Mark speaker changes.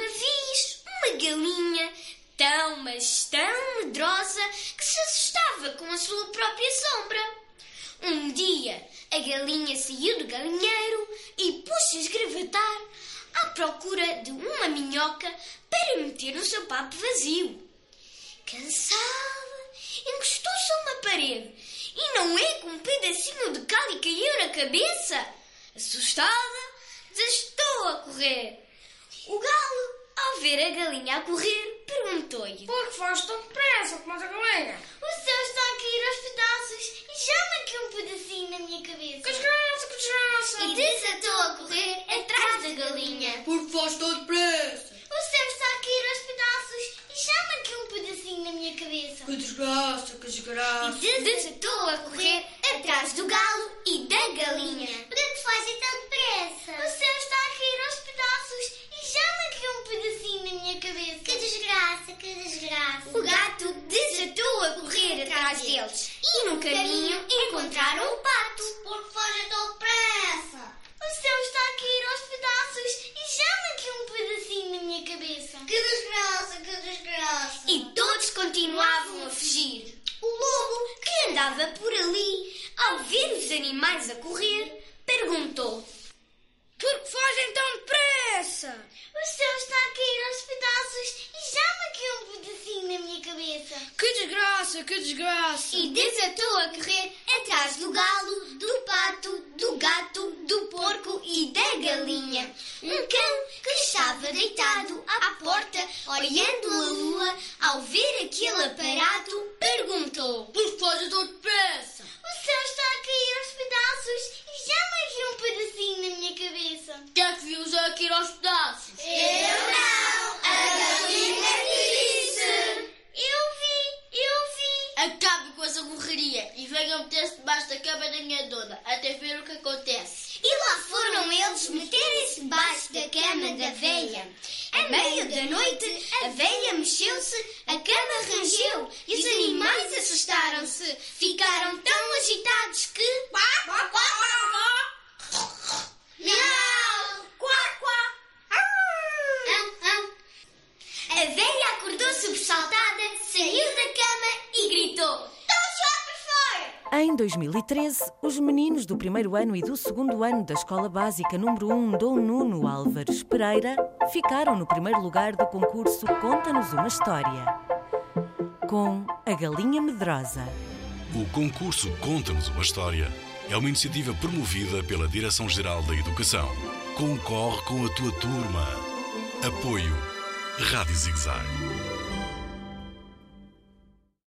Speaker 1: vez uma galinha tão, mas tão medrosa que se assustava com a sua própria sombra. Um dia, a galinha saiu do galinheiro e pôs-se a esgravatar à procura de uma minhoca para meter no seu papo vazio. Cansada, encostou-se a uma parede e não é que um pedacinho de cal caiu na cabeça. Assustada, desestou a correr. O galo, ao ver a galinha a correr, perguntou-lhe:
Speaker 2: Por que foste tão depressa como a galinha?
Speaker 1: O céu está a cair aos pedaços e já me aqui um pedacinho na minha
Speaker 2: Que
Speaker 1: cabeça.
Speaker 2: desgraça, que desgraça!
Speaker 1: E desatou a correr atrás da galinha.
Speaker 2: Por que foste tão depressa?
Speaker 1: O céu está a cair aos pedaços e já me aqui um pedacinho na minha cabeça.
Speaker 2: Que desgraça, que desgraça!
Speaker 1: E desatou a correr atrás do galo e da galinha. Por que foste tão depressa? O céu está a cair aos pedaços e já me caiu um pedacinho na minha cabeça. Que desgraça, que desgraça. O gato desatou a correr atrás deles e no caminho encontraram o pato. Por que foste tão depressa? O céu está a cair aos pedaços e já me caiu um pedacinho na minha cabeça. Que desgraça, que desgraça. E todos continuavam a fugir. O lobo, que andava por ali, ao ver os animais a correr, perguntou: Por que fogem tão depressa? O céu está a cair aos pedaços e já me caiu um pedacinho na minha cabeça.
Speaker 2: Que desgraça, que desgraça!
Speaker 1: E desatou a correr atrás do galo, do pato, do gato, do porco e da galinha. Um cão que estava deitado à porta, olhando a lua, ao ver aquele aparato, perguntou:
Speaker 2: Por que foste tão depressa?
Speaker 1: O céu está a cair aos pedaços e já me viu um pedacinho na minha cabeça.
Speaker 2: Quem é que viu já aqui aos pedaços?
Speaker 1: Eu não, a galinha disse. Eu vi, eu vi.
Speaker 2: Acabe com essa correria e venham meter-se debaixo da cama da minha dona até ver o que acontece.
Speaker 1: E lá foram eles meterem-se debaixo da cama da velha. A meio da noite, a velha mexeu-se, a cama rangeu e os animais assustaram-se. Ficaram tão agitados que. Quá, quá, quá, quá, quá. Não! Quá, quá! Au, au. A velha acordou sobressaltada, saiu da cama e gritou: Todos lá por fora!
Speaker 3: Em 2013, os meninos do primeiro ano e do segundo ano da Escola Básica número 1 Dom Nuno Álvares Pereira ficaram no primeiro lugar do concurso Conta-nos uma História, com A Galinha Medrosa.
Speaker 4: O concurso Conta-nos uma História é uma iniciativa promovida pela Direção-Geral da Educação. Concorre com a tua turma. Apoio Rádio Zigzag.